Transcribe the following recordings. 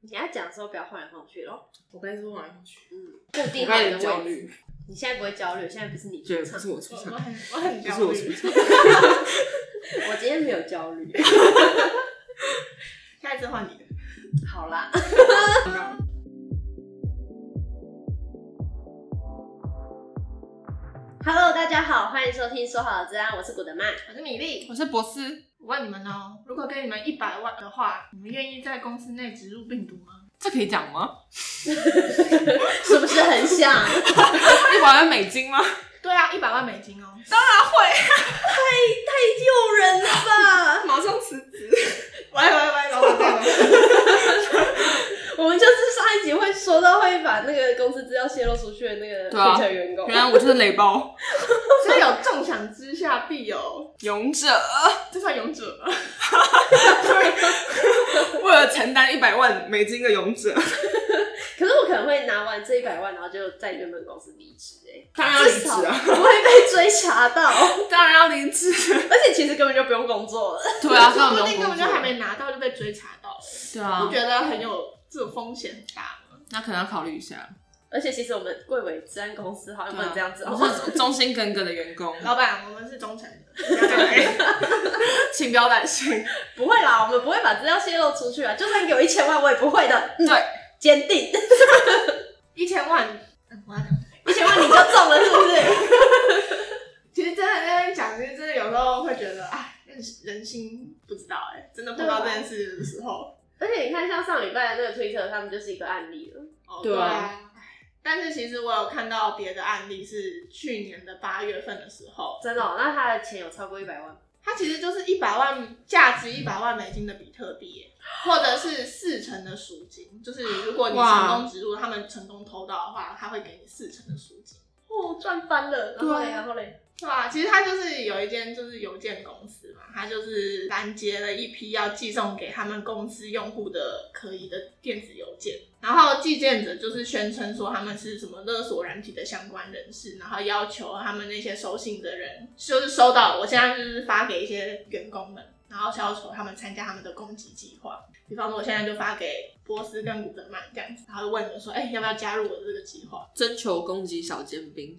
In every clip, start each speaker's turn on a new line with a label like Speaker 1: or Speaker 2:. Speaker 1: 你要讲的时候不要晃来晃去咯。
Speaker 2: 我该说完去，
Speaker 1: 嗯，固
Speaker 2: 我
Speaker 1: 定好
Speaker 2: 开
Speaker 1: 你
Speaker 2: 始
Speaker 1: 的
Speaker 2: 焦
Speaker 1: 位置。
Speaker 2: 虑，
Speaker 1: 你现在不会焦虑，现在不是你
Speaker 2: 对，不
Speaker 1: 主场。
Speaker 2: 是我出
Speaker 3: 我
Speaker 2: 场
Speaker 4: 嗯
Speaker 3: 我，很我很
Speaker 2: 不
Speaker 3: 焦
Speaker 2: 是我出
Speaker 3: 虑。
Speaker 2: 场，
Speaker 1: 我今天没有焦虑。
Speaker 3: 下一次换你的。
Speaker 1: 好啦，Hello，大家好，欢迎收听《说好的治安》，我是古德曼。
Speaker 3: 我是米粒，
Speaker 4: 嗯我是博士，
Speaker 3: 我问你们哦，如果给你们一百万的话，你们愿意在公司内植入病毒吗？
Speaker 4: 这可以讲吗？
Speaker 1: 是不是很想？
Speaker 4: 一百万美金吗？
Speaker 3: 对啊，一百万美金哦。
Speaker 1: 诱人啊了吧？
Speaker 4: 马上辞职。
Speaker 3: 喂喂喂，老 板对吧？
Speaker 1: 我们就是上一集会说到会把那个公司资料泄露出去的那个
Speaker 4: 对啊
Speaker 1: 退成员工
Speaker 4: 原。来我就是雷包
Speaker 3: 所以有重赏之下必有，
Speaker 4: 勇者，
Speaker 3: 这算勇者吗？
Speaker 4: 为了承担一百万美金的勇者，
Speaker 1: 可是我可能会拿完这一百万，然后就在原本公司离职、欸，
Speaker 4: 当然
Speaker 1: 哎，
Speaker 4: 要
Speaker 1: 至
Speaker 4: 离
Speaker 1: 少
Speaker 4: 职啊，
Speaker 1: 不会被追查 到，
Speaker 4: 当然要离职。
Speaker 1: 而且其实根本就不用工作了。
Speaker 4: 对啊，
Speaker 3: 说
Speaker 4: 根
Speaker 3: 不
Speaker 4: 本
Speaker 3: 定
Speaker 4: 没
Speaker 3: 根
Speaker 4: 有
Speaker 3: 本
Speaker 4: 工
Speaker 3: 就还
Speaker 4: 作。
Speaker 3: 没拿到就被追查到了，
Speaker 4: 对
Speaker 3: 不
Speaker 4: 啊，
Speaker 3: 觉得很有这种风险很大吗？
Speaker 4: 那可能要考虑一下。啊
Speaker 1: 而且其实我们贵为治安公司好像不能这样子哦、
Speaker 4: 我是忠心耿耿的员工，
Speaker 3: 老板，我们是忠诚的，不要这样改
Speaker 4: 请不要担心。
Speaker 1: 不会啦，我们不会把资料泄露出去啊，就算给我一千万，我也不会的。嗯
Speaker 4: 对，
Speaker 1: 坚定，
Speaker 3: 一千万，嗯我要讲。
Speaker 1: 一千万你就中了，是不是？
Speaker 3: 其实真的在那边讲，其实真的有时候会觉得，哎，人人心不知道哎、真的不知道这件事的时候。
Speaker 1: 而且你看，像上礼拜的那个推特，他们就是一个案例了。
Speaker 3: 哦
Speaker 4: 对啊。
Speaker 3: 哎但是其实我有看到别的案例，是去年的八月份的时候，
Speaker 1: 真的哦、那他的钱有超过一百万？
Speaker 3: 它其实就是一百万价值一百万美金的比特币耶、或者是四成的赎金，就是如果你成
Speaker 4: 哇
Speaker 3: 功植入，他们成功偷到的话，他会给你四成的赎金。
Speaker 1: 哦，赚翻了。然后嘞，然后嘞，
Speaker 3: 对啊，其实他就是有一间就是邮件公司嘛，他就是拦截了一批要寄送给他们公司用户的可疑的电子邮件，然后寄件者就是宣称说他们是什么勒索软体的相关人士，然后要求他们那些收信的人，就是收到我现在就是发给一些员工们，然后要求他们参加他们的攻击计划，比方说我现在就发给波斯跟古德曼这样子，然后就问你们说，哎、要不要加入我的这个计划？
Speaker 4: 征求攻击小尖兵，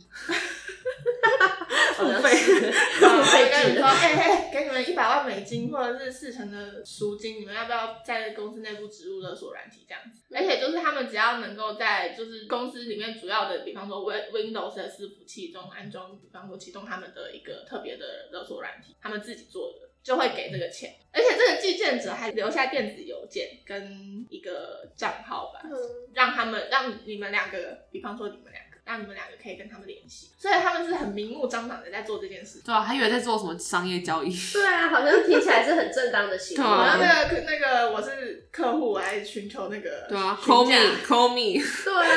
Speaker 1: 好 像是
Speaker 3: 我
Speaker 1: 付
Speaker 3: 会
Speaker 1: 费
Speaker 3: 跟你
Speaker 1: 制
Speaker 3: 说，
Speaker 1: 的。
Speaker 3: 哎、哎、给你们一百万美金或者是四成的赎金，你们要不要在公司内部植入勒索软体这样子？而且就是他们只要能够在就是公司里面主要的，比方说 Win Windows 的伺服器中安装，比方说启动他们的一个特别的勒索软体，他们自己做的。就会给这个钱，而且这个寄件者还留下电子邮件跟一个账号吧，让他们让你们两个，比方说你们两个，让你们两个可以跟他们联系，所以他们是很明目张胆的在做这件事情。
Speaker 4: 对啊，还以为在做什么商 业交易。
Speaker 1: 对啊，好像听起来是很正当的行为。
Speaker 4: 对
Speaker 3: 然
Speaker 4: 啊
Speaker 3: 后那个那个我是客户，我还寻求那个
Speaker 4: 对啊
Speaker 3: 评
Speaker 4: ，call
Speaker 3: 价
Speaker 4: me，call me。
Speaker 1: 对啊，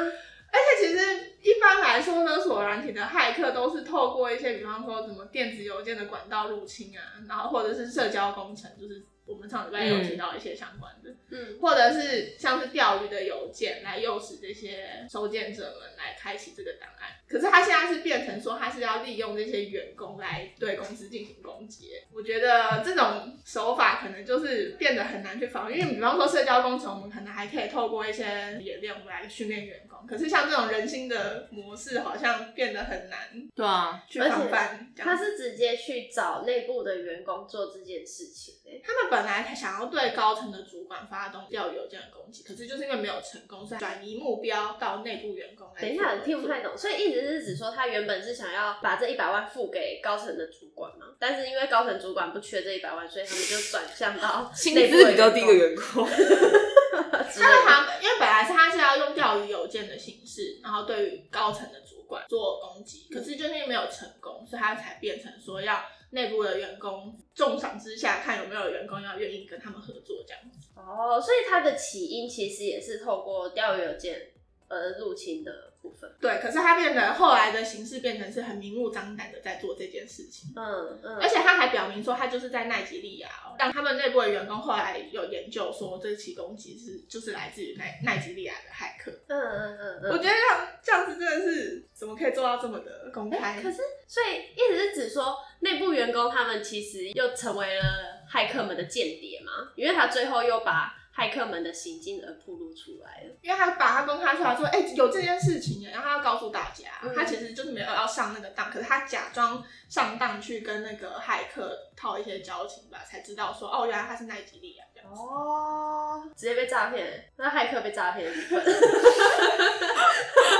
Speaker 3: 而且其实一般来说，勒索软体的骇客都是透过一些，比方说什么电子邮件的管道入侵啊，然后或者是社交工程，就是我们上礼拜
Speaker 4: 嗯
Speaker 3: 有提到一些相关的，
Speaker 1: 嗯，
Speaker 3: 或者是像是钓鱼的邮件来诱使这些收件者们来开启这个档案。可是他现在是变成说，他是要利用这些员工来对公司进行攻击。我觉得这种手法可能就是变得很难去防御，因为比方说社交工程，我们可能还可以透过一些演练，我们来训练员工。可是像这种人心的模式，好像变得很难
Speaker 4: 对啊，
Speaker 3: 去防范。这样
Speaker 1: 他是直接去找内部的员工做这件事情、欸。
Speaker 3: 他们本来想要对高层的主管发动钓鱼邮件的攻击，可是就是因为没有成功，所以转移目标到内部员工来。
Speaker 1: 等一下，你听不太。懂，所以一直是指说他原本是想要把这一百万付给高层的主管嘛，但是因为高层主管不缺这一百万，所以他们就转向到
Speaker 4: 薪
Speaker 1: 内部
Speaker 4: 资比较低的
Speaker 1: 员
Speaker 4: 员工。
Speaker 1: 工之类
Speaker 3: 他们
Speaker 1: 的。
Speaker 3: 好像因为本来是他是要用钓鱼邮件的形式，然后对于高层的主管做攻击，可是就是因为没有成功，所以他才变成说要内部的员工重赏之下，看有没有员工要愿意跟他们合作这样子。
Speaker 1: 哦，所以他的起因其实也是透过钓鱼邮件而入侵的部分。
Speaker 3: 对，可是他变得后来的形式变成是很明目张胆的在做这件事情。
Speaker 1: 嗯嗯，
Speaker 3: 而且他还表明说，他就是在奈及利亚、哦，让他们内部的员工后来有研究说，这起攻击是就是来自于奈奈及利亚的骇客。
Speaker 1: 嗯嗯嗯
Speaker 3: 我
Speaker 1: 嗯
Speaker 3: 觉得这样这样子真的是怎么可以做到这么的公
Speaker 1: 嗯，
Speaker 3: 开？
Speaker 1: 可是所以一直是指说内部员工他们其实又成为了骇客们的间谍嘛，因为他最后又把。骇客们的行径而暴露出来了。
Speaker 3: 因为他把他公开出来说，哎、有这件事情耶，然后他要告诉大家，
Speaker 1: 嗯
Speaker 3: 他其实就是没有要上那个当，可是他假装上当去跟那个骇客套一些交情吧，才知道说，哦，原来他是奈吉利亚这样。
Speaker 1: 哦，直接被诈骗，那骇客被诈骗的部分，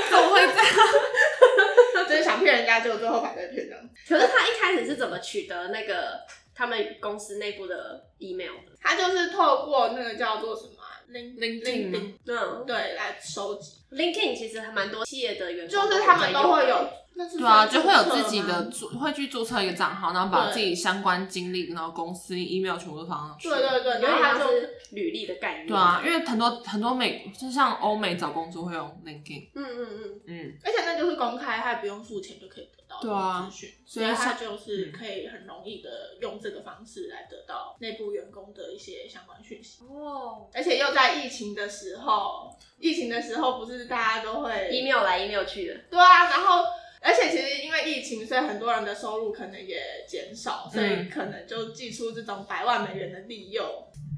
Speaker 4: 怎么会这样？
Speaker 3: 就是想骗人家，结果最后反被骗这样。
Speaker 1: 可是他一开始是怎么取得那个他们公司内部的 email 的？
Speaker 3: 他就是透过那个叫做什么、啊、零
Speaker 4: LinkedIn 吗
Speaker 1: 嗯
Speaker 3: 对来收集，
Speaker 1: ，LinkedIn 其实还蛮多企业的员工
Speaker 3: 就
Speaker 1: 在用的，
Speaker 3: 是他们都会有，那是
Speaker 4: 对啊，
Speaker 3: 注
Speaker 4: 就
Speaker 3: 册
Speaker 4: 会有自己的
Speaker 3: 吗。
Speaker 4: 注，会去注册一个账号，然后把
Speaker 3: 对
Speaker 4: 自己相关经历，然后公司 email 全部都放上去。
Speaker 3: 对对
Speaker 1: 有
Speaker 3: 对，然后
Speaker 1: 点
Speaker 3: 他
Speaker 1: 像
Speaker 3: 就是
Speaker 1: 履历的概念。
Speaker 4: 对啊，因为很多很多美，就像欧美找工作会用 LinkedIn，
Speaker 1: 嗯嗯嗯，
Speaker 4: 嗯，
Speaker 3: 而且那就是公开，他也不用付钱就可以得到
Speaker 4: 对啊
Speaker 3: 这个资讯，
Speaker 4: 所以
Speaker 3: 所以他
Speaker 4: 像嗯
Speaker 3: 就是可以很容易的用这个方式来得到内部员工的一些相关讯息。
Speaker 1: 哦
Speaker 3: 而且又在疫情的时候，疫情的时候不是大家都会
Speaker 1: ，email 来 email 去的，
Speaker 3: 对啊，然后而且其实因为疫情，所以很多人的收入可能也减少，所以
Speaker 4: 嗯
Speaker 3: 可能就寄出这种百万美元的利诱，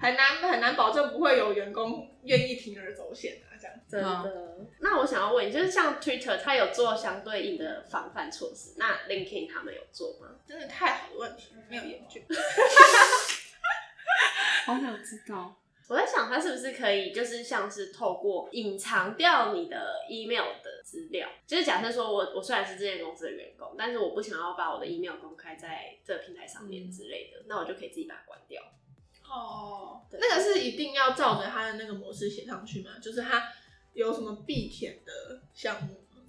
Speaker 3: 很难很难保证不会有员工愿意铤而走险啊，这样。
Speaker 1: 真
Speaker 4: 啊
Speaker 1: 的。那我想要问，就是像 Twitter，它有做相对应的防范措施，那 LinkedIn 他们有做吗？
Speaker 3: 真的太好的问题，没有研究。
Speaker 4: 好想知道。
Speaker 1: 我在想，它是不是可以就是像是透过隐藏掉你的 email 的资料，就是假设说我我虽然是这间公司的员工，但是我不想要把我的 email 公开在这个平台上面之类的，那我就可以自己把它关掉。
Speaker 3: 哦，
Speaker 1: 对
Speaker 3: 那个是一定要照着他的那个模式写上去吗？就是他有什么必填的项目吗？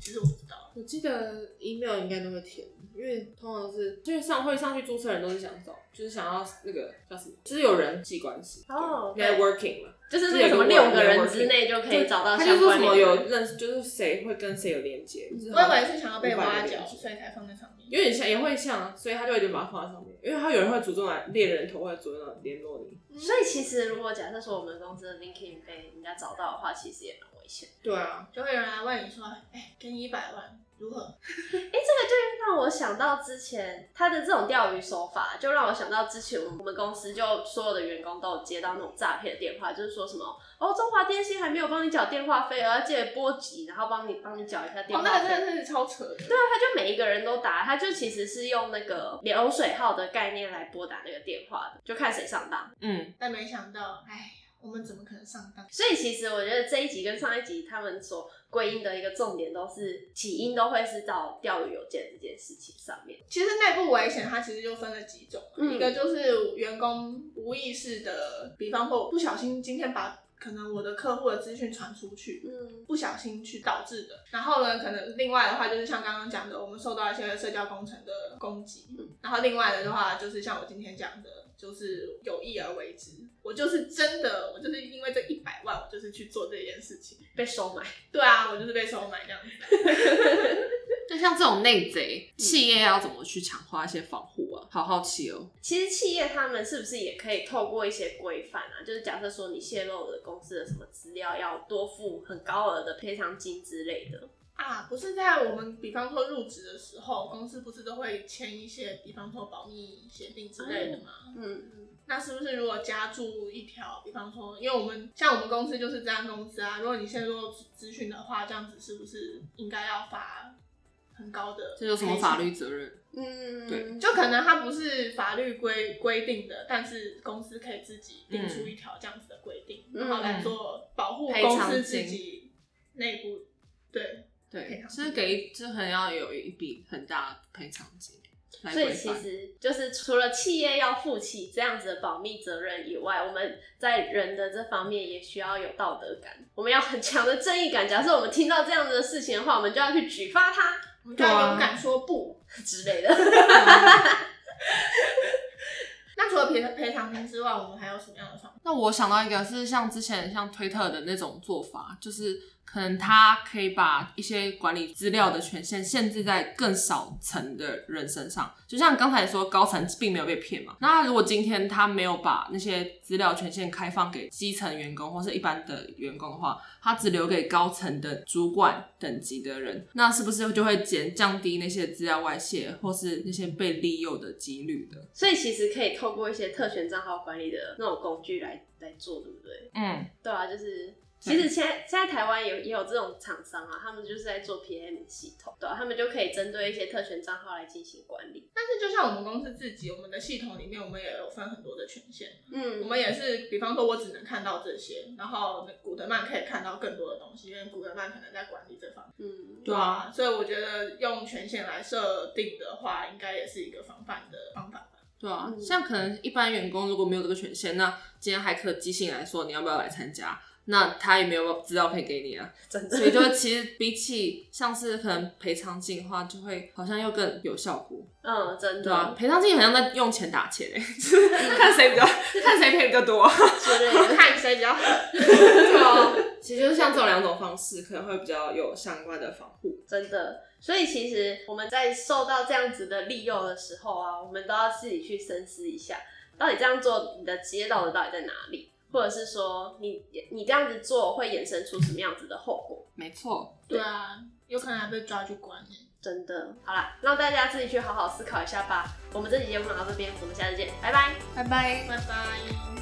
Speaker 3: 其实我不知道。
Speaker 2: 我记得 email 应该都会填，因为通常是就是上会上去注册的人都是想找，就是想要那个叫什么，就是有人际关系
Speaker 1: 哦
Speaker 2: 对 networking 嘛，
Speaker 1: 就是那个什么六个人之内就可以找到
Speaker 2: 他就
Speaker 1: 相
Speaker 2: 说
Speaker 1: 关
Speaker 2: 什
Speaker 1: 联
Speaker 2: 么
Speaker 1: 的
Speaker 2: 有认识，就是谁会跟谁有连接，就是
Speaker 3: 我
Speaker 2: 好像
Speaker 3: 以为是想要被挖角，
Speaker 2: 500
Speaker 3: 所以才放在上面。
Speaker 2: 有点像，也会像，啊所以他就有点把它放在上面，因为他有人会主动来猎人头，会主动来联络你。
Speaker 1: 所以其实如果假设说我们公司的 LinkedIn 被人家找到的话，其实也蛮危险。
Speaker 2: 对啊，
Speaker 3: 就会有人来问你说：“哎、给你一百万，如何？”
Speaker 1: 哎、这个就让我想到之前他的这种钓鱼手法，就让我想到之前我们公司就所有的员工都有接到那种诈骗的电话，就是说什么哦，中华电信还没有帮你缴电话费，而要记得拨几，然后帮你帮你缴一下电
Speaker 3: 哦，
Speaker 1: 话费。
Speaker 3: 那个真的是超扯的。对
Speaker 1: 对啊，他就每一个人都打，他就其实是用那个流水号的概念来拨打那个电话的，就看谁上当。
Speaker 4: 嗯，
Speaker 3: 但没想到，哎，我们怎么可能上当？
Speaker 1: 所以其实我觉得这一集跟上一集他们所归因的一个重点都是起因都会是到钓鱼邮件这件事情上面。
Speaker 3: 其实内部危险它其实就分了几种嘛，
Speaker 1: 嗯
Speaker 3: 一个就是员工无意识的，比方说我不小心今天把可能我的客户的资讯传出去，
Speaker 1: 嗯，
Speaker 3: 不小心去导致的。然后呢，可能另外的话就是像刚刚讲的，我们受到一些社交工程的攻击。
Speaker 1: 嗯
Speaker 3: 然后另外的话就是像我今天讲的，就是有意而为之。我就是真的，我就是因为这一百万，我就是去做这件事情。
Speaker 1: 被收买。
Speaker 3: 对啊，我就是被收买这样子。
Speaker 4: 那像这种内贼，企业要怎么去强化一些防护啊？好好奇哦。
Speaker 1: 其实企业他们是不是也可以透过一些规范啊？就是假设说你泄露了公司的什么资料，要多付很高额的赔偿金之类的。
Speaker 3: 啊，不是在我们比方说入职的时候，公司不是都会签一些比方说保密协定之类的
Speaker 4: 哦
Speaker 3: 吗？
Speaker 1: 嗯，
Speaker 3: 那是不是如果加注一条，比方说，因为我们像我们公司就是这样公司啊，如果你泄露资讯的话，这样子是不是应该要罚很高的？
Speaker 4: 这有什么法？律责任？
Speaker 1: 嗯，
Speaker 4: 对
Speaker 3: 就可能它不是法律规规定的，但是公司可以自己定出一条这样子的规定，
Speaker 1: 嗯
Speaker 3: 然后来做保护
Speaker 4: 赔
Speaker 3: 公
Speaker 4: 偿
Speaker 3: 司
Speaker 4: 金
Speaker 3: 自己内部对
Speaker 4: 对
Speaker 3: 赔，偿
Speaker 4: 就是给，就很要有一笔很大的赔偿金来
Speaker 1: 所以
Speaker 4: 规
Speaker 1: 其
Speaker 4: 范。
Speaker 1: 实就是除了企业要负起这样子的保密责任以外，我们在人的这方面也需要有道德感，我们要很强的正义感。假设我们听到这样子的事情的话，我们就要去举发他
Speaker 3: 我们就
Speaker 4: 啊
Speaker 3: 要勇敢说不。
Speaker 1: 之类的。
Speaker 3: 那除了赔赔偿金之外，我们还有什么样的方法？
Speaker 4: 那我想到一个是像之前像推特的那种做法，就是可能他可以把一些管理资料的权限限制在更少层的人身上。就像刚才说，高层并没有被骗嘛。那如果今天他没有把那些资料权限开放给基层员工或是一般的员工的话，他只留给高层的主管等级的人，那是不是就会减降低那些资料外泄或是那些被利诱的几率的？
Speaker 1: 所以其实可以透过一些特权账号管理的那种工具来来做，对不对？
Speaker 4: 嗯，
Speaker 1: 对啊，就是其
Speaker 4: 对
Speaker 1: 实现在现在台湾也也有这种厂商啊，他们就是在做 PM 系统，对啊，他们就可以针对一些特权账号来进行管理。
Speaker 3: 但是就像我们公司自己，我们的系统里面，我们也有分很多的权限。我
Speaker 1: 嗯，
Speaker 3: 们也是，比方说，我只能看到这些，然后古德曼可以看到更多的东西，因为古德曼可能在管理这方面。
Speaker 1: 嗯，
Speaker 3: 对啊，所以我觉得用权限来设定的话，应该也是一个防范的方法吧。
Speaker 4: 对啊，
Speaker 1: 嗯
Speaker 4: 像可能一般员工如果没有这个权限，那今天还可寄信来说你要不要来参加，那他也没有资料可以给你啊，
Speaker 1: 真的，
Speaker 4: 所以就会其实比起像是可能赔偿金的话，就会好像又更有效果，
Speaker 1: 嗯，真
Speaker 4: 对啊，
Speaker 1: 的
Speaker 4: 赔偿金好像在用钱打钱欸 就是看谁比较看谁赔比较多，
Speaker 1: 之类的。
Speaker 3: 看谁比较好。
Speaker 4: 对啊，其实就是像这种两种方式可能会比较有相关的防护，
Speaker 1: 真的。所以其实我们在受到这样子的利诱的时候啊，我们都要自己去深思一下，到底这样做你的职业道德到底在哪里，或者是说你你这样子做会衍生出什么样子的后果。
Speaker 4: 没错，
Speaker 3: 对啊，有可能还被抓去关欸呢。
Speaker 1: 真的，好啦，让大家自己去好好思考一下吧。我们这期节目聊到这边，我们下次见，拜拜。
Speaker 4: 拜拜。
Speaker 3: 拜拜。